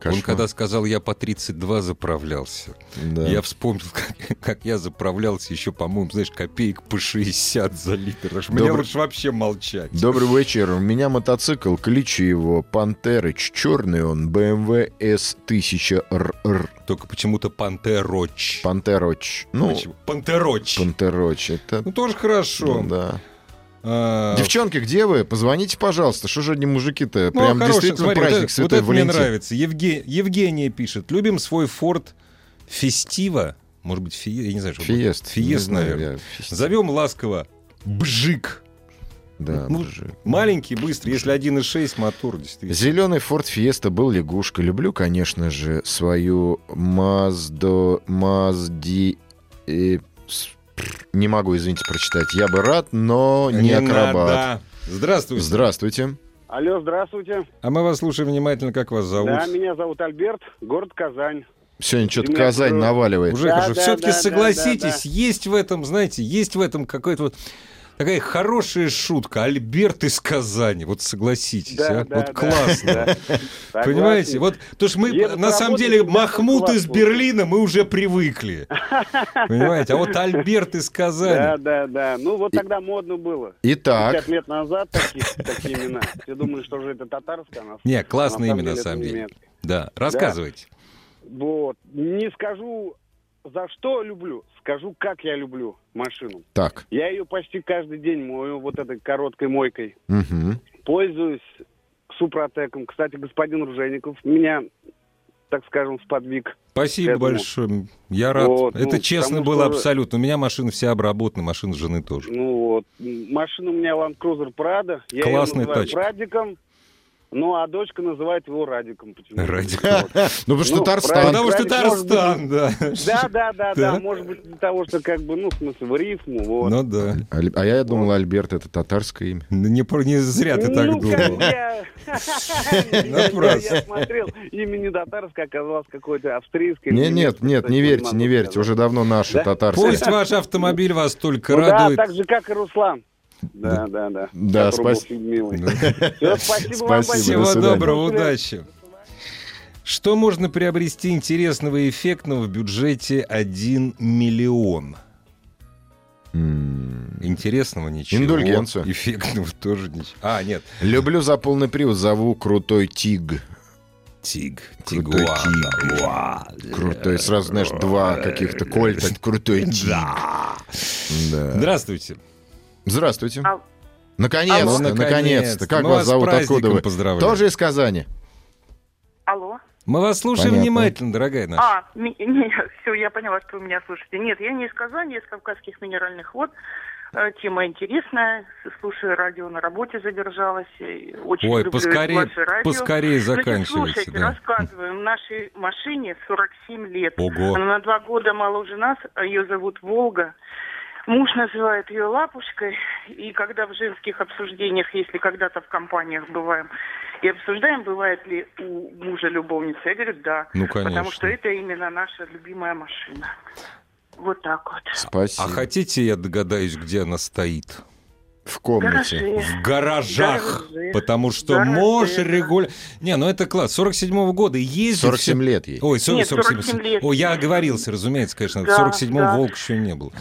он
Кошмар.
когда сказал, я по 32 заправлялся,
Да.
я вспомнил, как, как я заправлялся еще, по-моему, знаешь, копеек по 60 за литр. Аж Мне
Добрый-
лучше вообще молчать.
Добрый вечер. У меня мотоцикл, кличи его Пантерыч. Черный он, эм BMW S1000RR.
Только почему-то Пантероч.
Пантероч. Ну,
Почему? Пантероч.
Пантероч. Это...
Ну, тоже хорошо.
ну да.
А,
Девчонки, где вы? Позвоните, пожалуйста. Что же они мужики-то?
ну,
Прям
хороший,
действительно
смотри, вот
праздник
это-
Святой
вот это
Валентин.
мне нравится. Евге- Евгения пишет. Любим свой Форд Фестива. Может быть, Фие... Я не знаю, что будет.
Фиест.
Фиест,
Не знаю,
наверное.
я Фиест.
Зовем ласково Бжик.
Да,
Ну,
боже.
Маленький, быстрый, если 1,6 мотор, действительно.
Зеленый Форд Фиеста был лягушка. Люблю, конечно же, свою Мазду... Мазди... э, с- пф, Не могу, извините, прочитать. Я бы рад, но не, акробат.
надо. Здравствуйте.
Здравствуйте.
Алло, здравствуйте.
А мы вас слушаем внимательно, как вас зовут.
Да, меня зовут Альберт, город Казань.
Сегодня что-то
Меня
Казань
тоже-
наваливает.
Уже
Да,
хорошо.
да,
Все-таки
да, да,
согласитесь,
да, да.
есть в этом, знаете, есть в этом какая-то вот такая хорошая шутка. Альберт из Казани. Вот согласитесь,
Да,
а?
да,
вот
да.
классно.
Согласен.
Понимаете? Вот, потому что мы,
Еду
на
с
самом
работы,
деле,
всегда
Махмут
классно
из
слушаю.
Берлина мы уже привыкли. Понимаете? А вот Альберт из
Да,
Казани.
да, да. Ну, вот тогда модно было.
Итак,
50 лет назад такие, такие имена. Все думали, что же это татарское. а на-
Не,
на
классные
самом
имена, на
деле,
самом
это
деле.
немецкое.
Да, рассказывайте.
Вот. Не скажу, за что люблю, скажу, как я люблю машину.
так.
Я ее почти каждый день мою вот этой короткой мойкой.
Мгм.
пользуюсь супротеком. Кстати, господин Ружеников меня, так скажем, сподвиг.
Спасибо
этому.
большое. Я рад.
Вот, ну,
Это честно
потому
было
что-
абсолютно. У меня машина вся обработана, машина жены тоже.
Ну вот, м, машина у меня Land Cruiser Prado. Я
Классная
его называю
тачка.
Прадиком. Ну, а дочка называет его Радиком. почему-то.
Радик.
Вот.
Ну, потому что
Ну,
Татарстан.
правильно.
Потому что
Радик, может быть,
Татарстан, да.
Да, да, да, да.
Да.
Может быть, для того, что как бы, ну, в смысле, в рифму. Вот.
Ну да.
Аль- А я думал, Альберт это татарское имя.
Ну, Не, про- не зря ты так
ну, как
думал.
я... я
Напрасно.
я смотрел, имя не татарское оказалось какое-то австрийское. или
Не, нет,
немецкое,
нет,
кстати,
не верьте,
могу
не верьте.
сказать.
Уже давно наше
Да?
татарское.
Пусть ваш автомобиль вас только
Ну да,
радует.
так же, как и Руслан. Да, да, да.
Да,
Который был
спас-
милый.
Ну.
Всё, спасибо вам
Спасибо,
большое.
до
Всего
свидания.
доброго, удачи. Что можно приобрести интересного и эффектного в бюджете 1 миллион?
М.
Интересного ничего.
Индульгенцию.
Эффектного тоже ничего. А, нет.
Люблю за полный привод, зову крутой тиг.
Тиг.
Крутой
Тигуан.
тиг.
Уа.
Крутой, сразу, знаешь, два каких-то кольта. Крутой тиг.
Э, Да.
Да.
Здравствуйте.
Здравствуйте.
А-
Наконец-то,
Ну,
наконец-то. Как
Мы
вас зовут?
Ну, а с праздником
Откуда вы?
поздравляем.
Тоже из Казани?
Алло.
Мы вас слушаем
Понятно.
внимательно, дорогая наша.
А, все, я поняла, что вы меня слушаете. Нет, я не из Казани, я из Кавказских минеральных вод. Э, Тема интересная. Слушаю радио, на работе задержалась. И Очень
Ой,
люблю
поскорее,
ваше радио.
поскорее
Значит,
заканчивайте.
слушайте,
Да.
рассказываю. В нашей машине 47 лет.
Ого.
Она на два года моложе нас, ее зовут Волга. Муж называет ее лапушкой, и когда в женских обсуждениях, если когда-то в компаниях бываем, и обсуждаем, бывает ли у мужа любовница, я говорю, да.
Ну, конечно.
Потому что это именно наша любимая машина. Вот так вот.
А
Спасибо.
хотите, я догадаюсь, где она стоит?
В комнате.
Гаражи.
В гаражах.
Гаражи.
Потому что
Гаражи,
можешь
да.
регулярно... Не, ну это класс. 47-го года ездит...
47
всё-
лет ей.
Ой, сорок-
Нет,
47,
47 лет.
Ой, я оговорился, разумеется, конечно.
Да,
в 47-м
да.
Волк еще не был.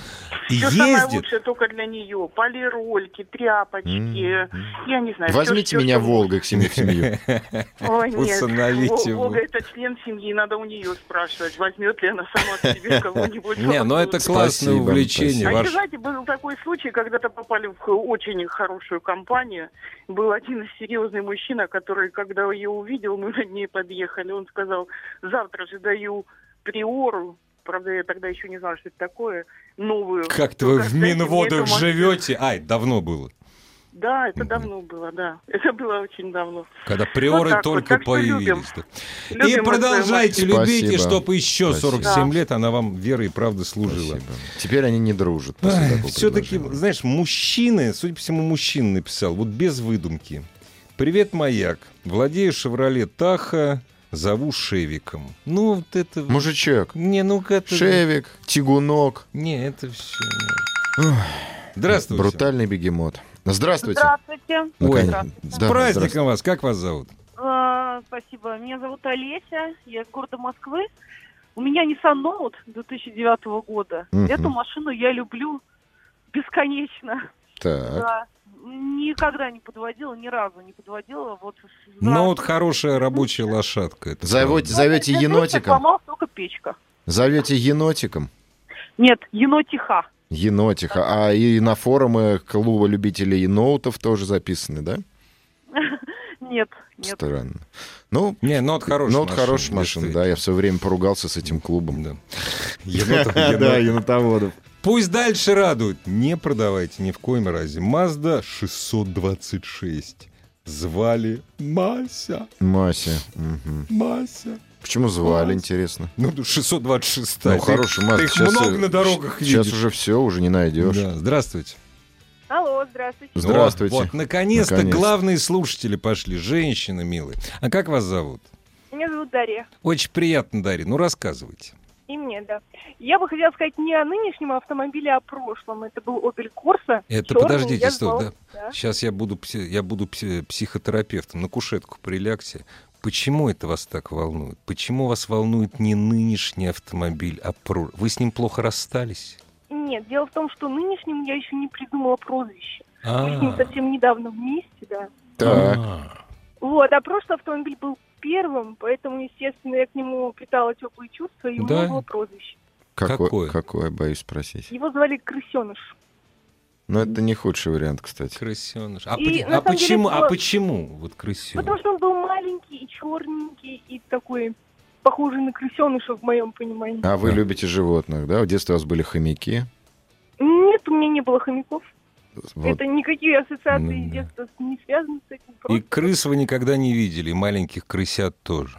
И
Все самое
ездит...
лучшее только для нее. Полирольки, тряпочки, я не знаю. всё,
Возьмите
всё,
меня
что
Волгой к себе в семью.
Ой, нет.
Усыновите его.
Во- Вога это член семьи, надо у нее спрашивать, возьмет ли она сама к себе кого-нибудь.
Не, ну это
Спасибо,
классное
спасибо.
увлечение.
А
ваш-
еще, знаете, был такой случай, когда-то попали в х- очень хорошую компанию. Был один серьезный мужчина, а который, когда ее увидел, мы над ней подъехали, он сказал, завтра же даю приору, правда, я тогда еще не знала, что это такое, новую.
Как-то вы
Только
в
дайте мне эту
Минводах
машину».
живете. Ай, давно было.
Да, это
Мгм.
давно было, да. Это было очень давно.
Когда приоры
так вот,
только
так что любим.
появились. И
Любим мы
продолжайте
свою Москву.
любите,
Спасибо.
чтобы еще
Спасибо.
47 лет она вам верой и правдой служила.
Спасибо. Теперь они не дружат. после такого
Все-таки,
предложения.
знаешь, мужчины, судя по всему, мужчин написал, вот без выдумки. Привет, маяк. Владею Шевроле Таха, зову Шевиком. Ну, вот это...
Мужичок,
Не, ну-ка это...
Шевик, Тягунок,
Не, это все...
Ох,
Здравствуйте.
брутальный бегемот. Здравствуйте.
Здравствуйте.
Ну,
Ой, С
Наконец- да, здравствуйте.
праздником вас. Как вас зовут?
Э, Спасибо. Меня зовут Олеся, я из города Москвы. У меня Nissan Note 2009 года.
Мгм.
Эту машину я люблю бесконечно.
Так.
Да. Никогда не подводила, ни разу не подводила. Вот с- за-
Ну, вот хорошая рабочая лошадка. это
Зовете,
Ну,
зовете
из-за этого
енотиком?
Сломалась только печка.
Зовете енотиком?
Нет, енотиха.
Енотиха. А и на форумы клуба любителей еноутов тоже записаны, да?
Нет, нет.
Странно. Ну,
Не, ну вот хорошая
ну, вот
машина.
хорошая машина, да. Я все время поругался с этим клубом.
действительно. Да. Енотов, енотов.
Да, енотоводов.
Пусть дальше радует. Не продавайте ни в коем разе. Mazda 626. Звали Мася,
Мася. мгм.
Мася.
Почему звали, интересно?
Ну, 626.
Ну,
Ты-
хороший Мазда.
а Ты их
Сейчас,
много
э,
на дорогах
Сейчас
видишь.
уже все, уже не найдешь.
Да, здравствуйте.
Алло, здравствуйте.
Здравствуйте.
Вот, вот, наконец-то
Наконец-то.
главные слушатели пошли. Женщины, милые. А как вас зовут?
Меня зовут Дарья.
Очень приятно, Дарья. Ну, рассказывайте.
И мне, да. Я бы хотела сказать не о нынешнем автомобиле, а о прошлом. Это был Opel Corsa.
Это
Чёрный,
подождите,
я
стоп,
звала-
да.
да.
Сейчас я буду, пси- я буду пси- психотерапевтом. На кушетку прилягте. Почему это вас так волнует? Почему вас волнует не нынешний автомобиль, а про... Вы с ним плохо расстались?
Нет, дело в том, что нынешним я еще не придумала прозвище. Мы с ним
А,
совсем недавно вместе, да.
Так.
а.
Вот, а прошлый автомобиль был первым, поэтому, естественно, я к нему питала теплые чувства, и у
Да.
меня было прозвище.
Какое?
Какое?
Какое, боюсь спросить.
Его звали Крысеныш.
Но это не худший вариант, кстати.
Крысёныш. А,
И,
по-
на
а
самом деле,
почему? А
было-
почему? Вот крысёныш.
Потому что он был маленький и черненький, и такой похожий на крысеныша в моем понимании.
А вы
Да.
любите животных, да? В детстве у вас были хомяки.
Нет, у меня не было хомяков.
Вот.
Это никакие ассоциации
Ну
с
да.
детства не связаны с этим.
И
просто.
крыс вы никогда не видели, и маленьких крысят тоже.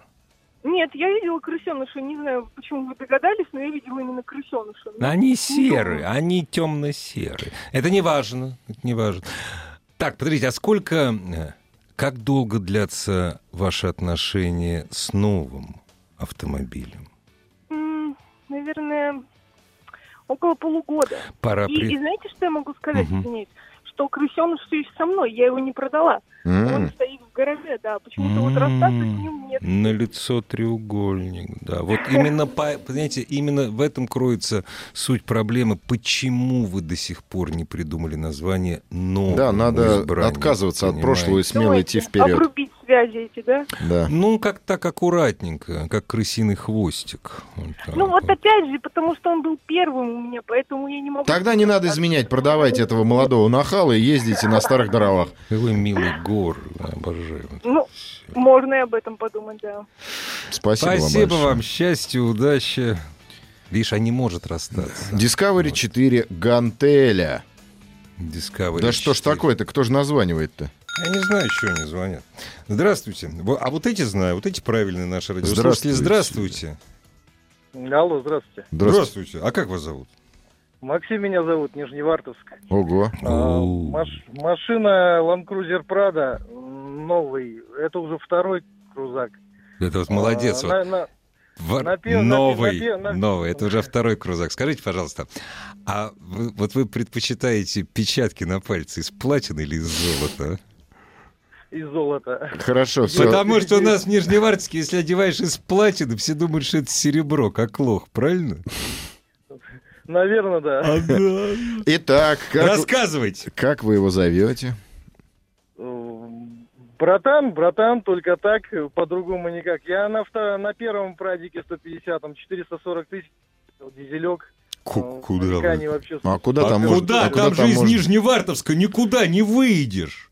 Нет, я видела крысеныша, не знаю, почему вы догадались, но я видела именно крысеныша.
Они
ну.
серые, они темно-серые. Это не важно, это не важно. Так, подождите, а сколько, э, как долго длятся ваши отношения с новым автомобилем?
М, Наверное, около полугода.
Пора
И, и
при...
знаете, что я могу сказать,
Мгм.
извиняюсь? Что крысеныш все еще со мной, я его не продала. Он
Хм.
М,
стоит в гараже, да. Почему-то вот расстаться с ним нет.
На лицо треугольник, да. Вот именно, по- понимаете, именно в этом кроется суть проблемы. Почему вы до сих пор не придумали название нового
Да, надо
избранника,
отказываться от
понимаете?
прошлого и смело
Давайте
идти вперед.
Обрубить связи эти, да?
Да.
Ну, как так аккуратненько, как крысиный хвостик. Вот так
Ну вот
вот.
опять же, потому что он был первым у меня, поэтому я не могу...
Тогда не надо изменять, продавайте этого молодого нахала и ездите на старых дровах.
Какой милый гор, обожаю.
Ну, можно и об этом подумать, да.
Спасибо,
Спасибо,
вам
вам,
большое.
счастья, удачи. Видишь, они может расстаться.
Discovery 4 Гантеля.
Discovery
Да что ж
4.
такое-то, кто же названивает-то?
Я не знаю, что они звонят. Здравствуйте. Во- А вот эти знаю, вот эти правильные наши радиослушатели.
Здравствуйте.
Здравствуйте.
Алло, здравствуйте.
Здравствуйте.
А как вас зовут?
Максим меня зовут, Нижневартовск.
Ого.
А,
Оу.
маш- машина Land Cruiser Prado м, новый. Это уже второй крузак.
Это вот молодец.
А,
вот.
на- на- напев-
Вар-
напев-
новый,
напев- напев-
новый. Это уже второй крузак. Скажите, пожалуйста, а вы- вот вы предпочитаете печатки на пальце из платины или из золота?
из золота.
Хорошо, все.
Потому что у нас в Нижневартовске, если одеваешь из платины, все думают, что это серебро, как лох, правильно?
Наверное, да.
Итак, как,
Рассказывайте.
как вы его зовете?
М, Эм, Братан, братан, только так, по-другому никак. Я на, вто- на первом прадике 150-м 440 тысяч дизелек.
Ку-
В
Куда
Ватикане
вы?
вообще...
А куда
А
там можно-
куда?
а
Там же из
можно?
Нижневартовска никуда не выйдешь.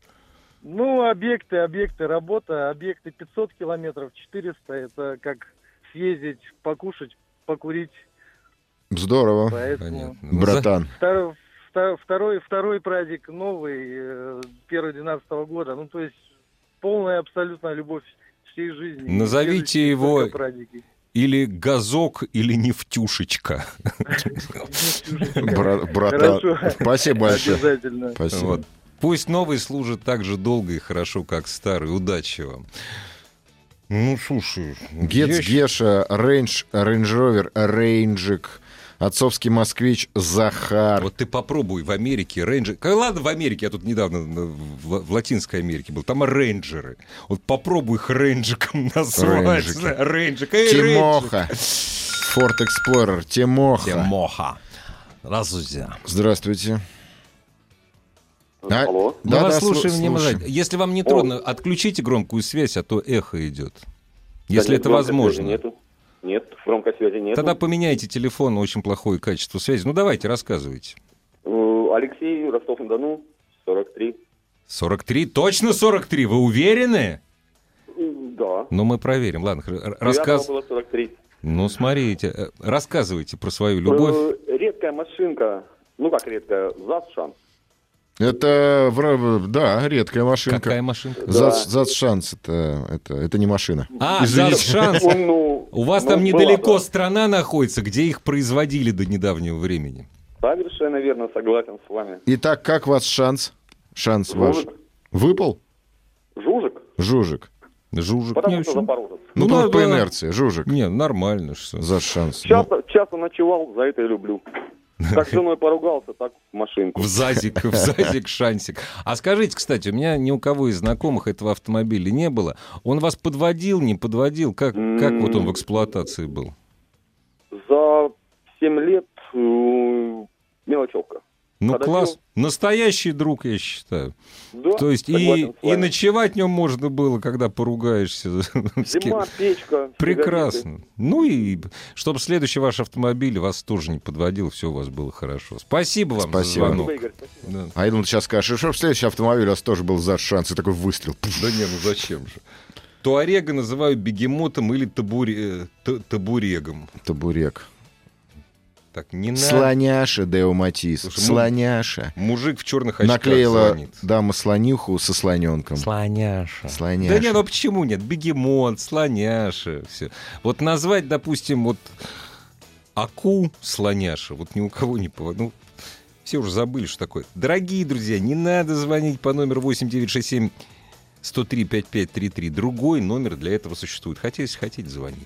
Ну, объекты, объекты, работа, объекты 500 километров, 400, это как съездить, покушать, покурить,
Здорово,
поэтому...
Понятно. Ну, за-
братан.
Второй, вто- второй, второй праздник новый, э, 1-12 года. Ну, то есть полная абсолютная любовь всей жизни.
Назовите
Следующие
его-
только праздники.
Или газок, или нефтюшечка.
Бра- Братан,
Хорошо.
спасибо большое.
Обязательно.
Спасибо.
Вот. Пусть новый служит так же долго и хорошо, как старый. Удачи вам. Ну, слушай,
Гец,
я щ-
Геша, Рейндж, Рейндж Ровер, Рейнджик, отцовский москвич, Захар.
Вот ты попробуй в Америке рейнджеры. Ладно, в Америке, я тут недавно э, в, в Латинской Америке был. Там рейнджеры. Вот попробуй их рейнджиком назвать.
Рейнджики.
Знаешь, Рейнджик. Эй, рейнджик.
Тимоха. Форт Эксплорер. Тимоха.
Тимоха. Разузя.
Здравствуйте. А,
Алло.
Мы вас
да-да, слу-
слушаем внимательно.
слушаем.
Если вам не трудно, отключите громкую связь, а то эхо идет.
Да
Если
нет,
это
громкой
возможно.
связи Нету. Нет, громкой связи нет.
Тогда поменяйте телефон, очень плохое качество связи. Ну давайте, рассказывайте.
Алексей, Ростов-на-Дону, 43.
43, точно 43, вы уверены?
М, Да.
Ну мы проверим, ладно. хр-
Девятого
Рассказ...
было 43.
Ну смотрите, э, рассказывайте про свою любовь.
Э, Редкая машинка, ну как редкая, ЗАЗ-шанс.
Это, вра- да, редкая машинка.
Какая машинка?
Зац, шанс это, это, это не машина.
А,
Извините.
«Заз шанс.
Он, ну,
У вас
ну,
там
была,
недалеко
да.
страна находится, где их производили до недавнего времени.
Совершенно верно, согласен с вами.
Итак, как вас шанс? Шанс ваш.
Жужик.
Выпал?
Жужик?
Жужик.
Жужик.
Потому
не
что
очень.
запорожец.
Ну,
Ну,
просто
да,
по
да.
инерции. Жужик.
Не, нормально, что.
За шанс. Ну,
Часто, часто ночевал, за это и люблю. Как с женой поругался, так в машинку.
В задик, в задик шансик. А скажите, кстати, у меня ни у кого из знакомых этого автомобиля не было. Он вас подводил, не подводил? Как, как вот он в эксплуатации был?
За 7 лет э, мелочевка.
Ну,
Подводил.
класс. Настоящий друг, я считаю.
Да,
То есть и,
согласен с
и
вами.
ночевать в нем можно было, когда поругаешься. с кем.
Зима, печка. сигареты.
Прекрасно. Ну и чтобы следующий ваш автомобиль вас тоже не подводил, все у вас было хорошо. Спасибо вам
Спасибо.
за звонок.
Спасибо, Игорь, спасибо.
Да.
А я думал, ты сейчас скажешь, что в следующий автомобиль у вас тоже был за шанс. И такой выстрел. Пф.
Да не, ну зачем же? Туарега называют бегемотом или табуре... э, та- табурегом.
Табурек.
Так, не надо.
Слоняша, Део Матис.
Слушай, ну,
Слоняша.
Мужик в черных очках
Наклеила
звонит.
дама слонюху со слоненком.
Слоняша.
Слоняша.
Да не, ну почему нет? Бегемот, слоняша, все. Вот назвать, допустим, вот Аку слоняша, вот ни у кого не по... Ну, все уже забыли, что такое. Дорогие друзья, не надо звонить по номеру 8967 103 5533. Другой номер для этого существует. Хотя, если хотите, звоните.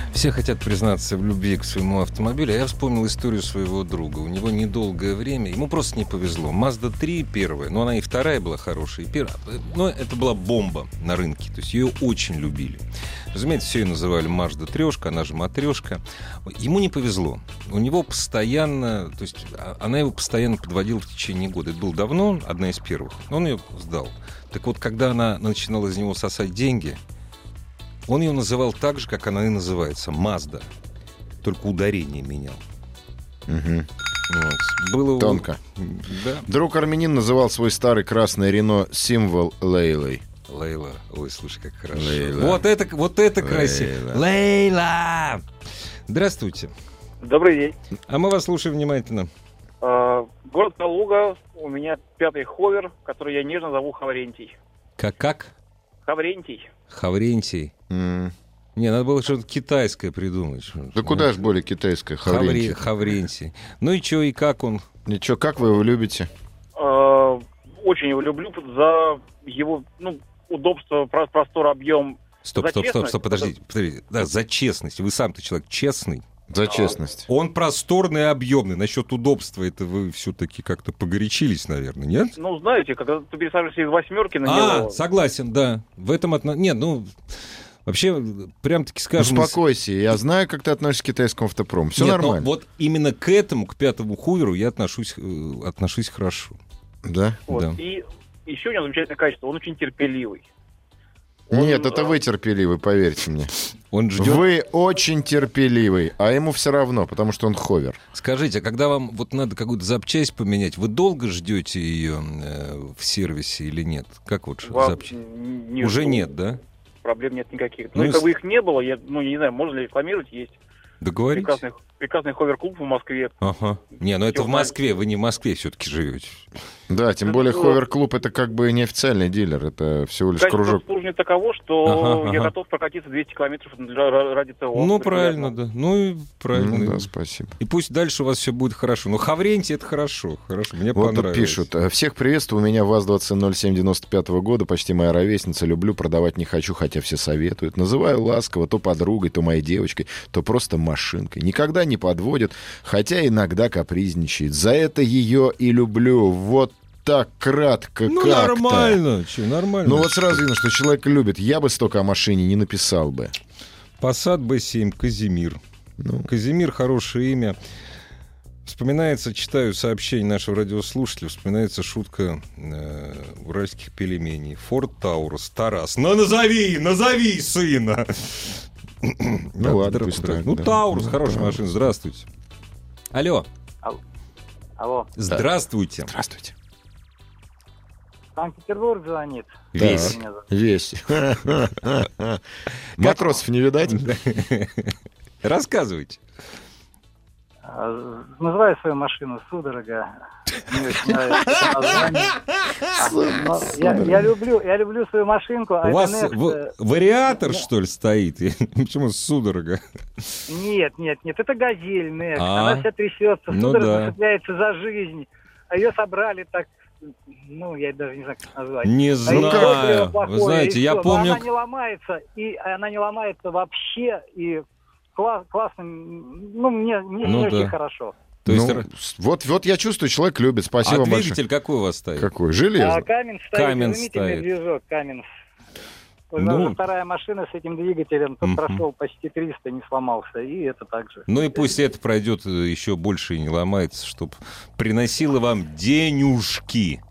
Все хотят признаться в любви к своему автомобилю. А я вспомнил историю своего друга. У него недолгое время, ему просто не повезло. Mazda 3 первая, но она и вторая была хорошая. и первая. Но это была бомба на рынке. То есть ее очень любили. Разумеется, все ее называли Mazda трешка, она же матрешка. Ему не повезло. У него постоянно, то есть а- она его постоянно подводила в течение года. Это было давно, одна из первых. Он ее сдал. Так вот, когда она начинала из него сосать деньги, он ее называл так же, как она и называется, Мазда. Только ударение менял.
Мгм.
Вот. ну, Было у-
Тонко.
Да.
Друг армянин называл свой старый красный Рено символ Лейлой.
Лейла. типа, Ой, слушай,
Ну
как хорошо.
Лейла.
Вот это, вот это
Лейла.
красиво. Лейла! Здравствуйте.
Добрый день.
А мы вас слушаем внимательно.
Э, Город Калуга, у меня пятый ховер, который я нежно зову Хаврентий.
Как? как?
Хаврентий.
Хаврентий.
М.
Не, надо было что-то китайское придумать.
Да куда же более китайская
Хаври...
хавренький.
Хаврентий. Ну и что, и как он?
Ничего, как вы его любите?
Э, Очень его люблю за его ну, удобство, про- простор, объем.
Стоп,
За
стоп, стоп,
честность?
стоп, подождите, подождите. Да, за честность. Вы сам-то человек честный.
За честность.
Он просторный и объемный. Насчет удобства это вы все-таки как-то погорячились, наверное, нет?
Ну, знаете, когда ты пересаживаешься из восьмерки
Ну,
на
А,
него...
согласен, да. В этом отношении... Нет, ну, вообще, прям-таки скажем...
Успокойся, я знаю, как ты относишься к китайскому автопрому. Все
Нет, но
нормально.
вот именно к этому, к пятому хуверу я отношусь, э, отношусь хорошо.
Да?
Вот.
Да.
И еще у него замечательное качество, он очень терпеливый.
Он,
Нет, это
э,
вы терпеливый, поверьте мне.
Он ждет.
Вы очень терпеливый, а ему все равно, потому что он ховер.
Скажите, а когда вам вот надо какую-то запчасть поменять, вы долго ждете ее э, в сервисе или нет? Как вот ш-
Во-
запчасть?
н-
Уже нет, да?
Проблем нет никаких.
Ну
Ну,
и
если
с-
бы их не было, я, ну, я не знаю, можно ли рекламировать, есть
Договорились?
прекрасный, прекрасный ховер-клуб в Москве.
Ага. Не, ну это
Всё
в Москве, вы не в Москве все-таки живете.
Да, тем
Ну,
более
что?
ховер-клуб это как бы неофициальный дилер, это всего лишь
Качество
кружок.
обслуживания таково, что
Ага,
я
ага.
готов прокатиться 200 километров для- ра- ради того.
ну,
регулярно.
правильно, да. Ну и правильно.
Ну да, спасибо.
И пусть дальше у вас все будет хорошо. Но Хаврентий это хорошо. Хорошо. Мне
Вот тут
понравилось.
пишут. э, Всех приветствую. У меня ВАЗ-2707-95 года. Почти моя ровесница. Люблю, продавать не хочу, хотя все советуют. Называю ласково то подругой, то моей девочкой, то просто машинкой. Никогда не подводит, хотя иногда капризничает. За это ее и люблю. Вот так кратко
Ну,
как-то.
нормально. Че, нормально.
Ну вот сразу видно, что человек любит. Я бы столько о машине не написал бы.
Passat B7, Казимир.
Ну,
Казимир хорошее имя. Вспоминается, читаю сообщение нашего радиослушателя, вспоминается шутка э, уральских пельменей. Форд Таурус, Тарас. Ну, назови, назови сына!
Ну, ладно,
здра-
пусть
здра-
так,
Ну,
да.
Таурус,
Ну,
хорошая
Таурус.
машина, здравствуйте. Алло,
Алло,
здравствуйте.
здравствуйте.
Санкт-Петербург звонит.
Весь.
Меня зовут.
Весь. Матросов не видать?
Рассказывайте.
А, Называю свою машину «Судорога». Мне очень нравится это название. А, но я- Я люблю, я люблю свою машинку.
У вас
«Айденэкс»,
в-
э,
вариатор, что ли, стоит? Почему судорога?
Нет, нет, нет, это «Газель» «Некс».
А,
Она вся трясется,
ну да.
судорога цепляется за жизнь. А ее собрали так, ну, я даже не знаю, как это назвать.
Не
А её топливо
знаю.
плохое,
Вы знаете,
и
я
всё. Но
помню...
Она не ломается, и она не ломается вообще, и кла- классно, ну, мне, мне
Ну
не очень
да.
хорошо.
То есть
Ну,
р-
с- вот, вот я чувствую, человек любит.
а
Спасибо большое.
двигатель какой у вас стоит?
Какой?
А
Железный.
Каменс стоит,
Каменс
изумительный
стоит.
движок, Каменс. Вот
Ну.
даже вторая машина с этим двигателем, тот
Мгм.
прошел почти 300, не сломался, и это также.
Ну и пусть это пройдет э, еще больше и не ломается, чтобы приносило вам денюжки.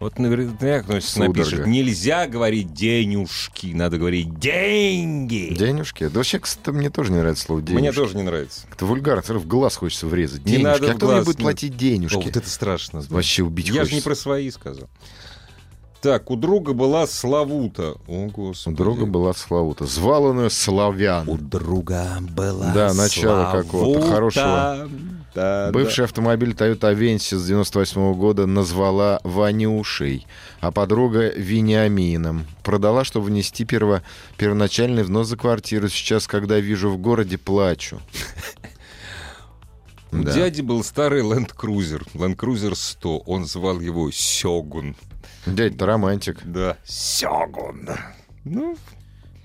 Вот наверняка кто-нибудь
Судорога.
напишет, нельзя говорить денюжки, надо говорить деньги.
Денежки. Да вообще, кстати, мне тоже не нравится слово денежки.
Мне тоже не нравится.
Это вульгарно, сразу в глаз хочется врезать.
Не
Денежки.
надо
а
в
кто мне
глаз,
будет
нет.
платить денежки?
О, вот это страшно. да.
Вообще убить
Я же
хочется.
не про свои сказал. Так, у друга была славута. О, господи.
У друга была Славута. Звал он ее
У
Славян.
друга была
Да, начало какого-то
славута.
хорошего.
Да,
Бывший автомобиль Toyota Avensis с 98 года назвала Ванюшей, а подруга Вениамином. Продала, чтобы внести перво... первоначальный взнос за квартиру. Сейчас, когда вижу в городе, плачу.
У
Да.
дяди был старый Land Cruiser, Land Cruiser 100. Он звал его Сёгун.
Дядь, то романтик.
Да, Сёгун. Ну,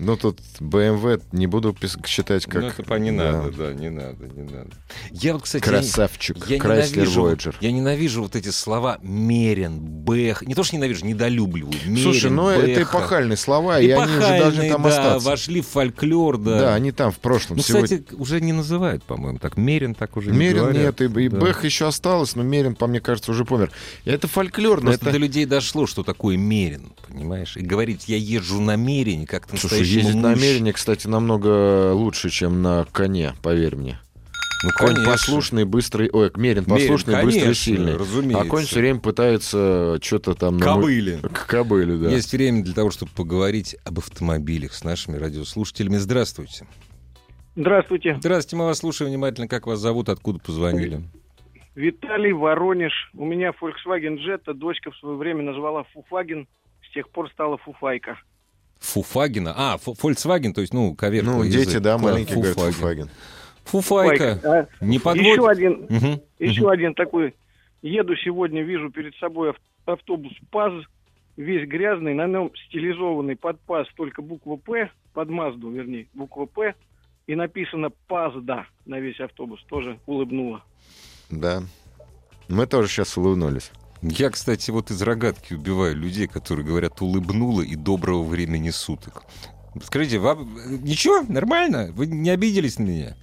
Ну, тут BMW не буду пис- считать как...
ну, это по не
Да.
надо, да. не надо, не надо. Я вот, кстати, я не-
Красавчик.
я,
Крайслер
ненавижу, вот-
Voyager.
я ненавижу вот эти слова Мерин, Бэх. Не то, что ненавижу, недолюбливаю. Мерин,
Слушай, ну это
Бэха.
эпохальные слова, и, они уже
Эпохальные,
должны там
да,
остаться.
вошли в фольклор, да.
Да. они там в прошлом.
ну,
сегодня.
кстати, уже не называют, по-моему, так. Мерин так уже не
Мерин
говорят.
нет, и, и
Да.
Бэх еще осталось, но Мерин, по мне кажется, уже помер. Это фольклорно.
Просто
это...
до людей дошло, что такое мерин, понимаешь? И говорить, я езжу на мерине, как ты
Слушай, ездить на мерине, кстати, намного лучше, чем на коне, поверь мне.
Ну,
Конь
конечно.
послушный, быстрый... Ой,
Мерин,
мерин послушный, быстрый,
конечно,
сильный.
разумеется.
А конь все время пытается что-то там... наму-
Кобыли.
К кобыле, да.
Есть время для того, чтобы поговорить об автомобилях с нашими радиослушателями. Здравствуйте.
Здравствуйте,
Здравствуйте, мы вас слушаем внимательно. Как вас зовут, откуда позвонили?
Виталий Воронеж. У меня Volkswagen Jetta. Дочка в свое время назвала Фуфаген. С тех пор стала Фуфайка.
Фуфагина. А, Фо- Volkswagen, то есть, ну, ковер.
Ну, дети, да, маленькие говорят,
Фуфаген.
Фуфаген.
Фуфайка.
Фуфайка,
Не
а?
подводит?
Еще один,
Мгм.
еще один такой. Еду сегодня, вижу перед собой ав- автобус ПАЗ. Весь грязный, на нем стилизованный под ПАЗ только буква П, под Мазду, вернее, буква П. И написано ПАЗДА на весь автобус. Тоже улыбнула.
Да. Мы тоже сейчас улыбнулись.
Я, кстати, вот из рогатки убиваю людей, которые говорят улыбнуло и доброго времени суток. Скажите, вам э, ничего, нормально? Вы не обиделись на меня?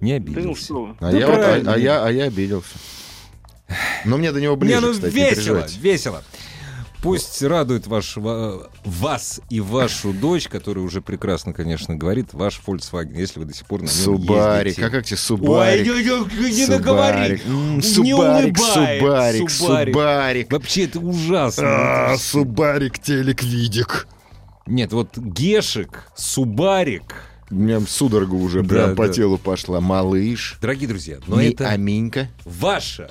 Не
Да ну
обиделись.
что вы.
А,
Ну,
я, вот- а-
правильно.
а я, а я обиделся. Но мне до него ближе,
не, ну
кстати, не
весело,
переживайте.
весело. Пусть радует ваш, ва- вас и вашу дочь, которая уже прекрасно, конечно, говорит, ваш Volkswagen, если вы до сих пор на нем
Субарик,
ездите.
а как тебе Субарик?
Ой, не- не- не
Субарик.
наговори.
М,
Не
Субарик,
улыбай.
Субарик,
Субарик.
Субарик.
Вообще это ужасно.
А,
Это всё.
Субарик, телек, видик.
Нет, вот Гешек, Субарик.
У меня судорога уже
Да,
прям по
да.
телу пошла. Малыш.
Дорогие друзья, но
не
это
аминька.
ваша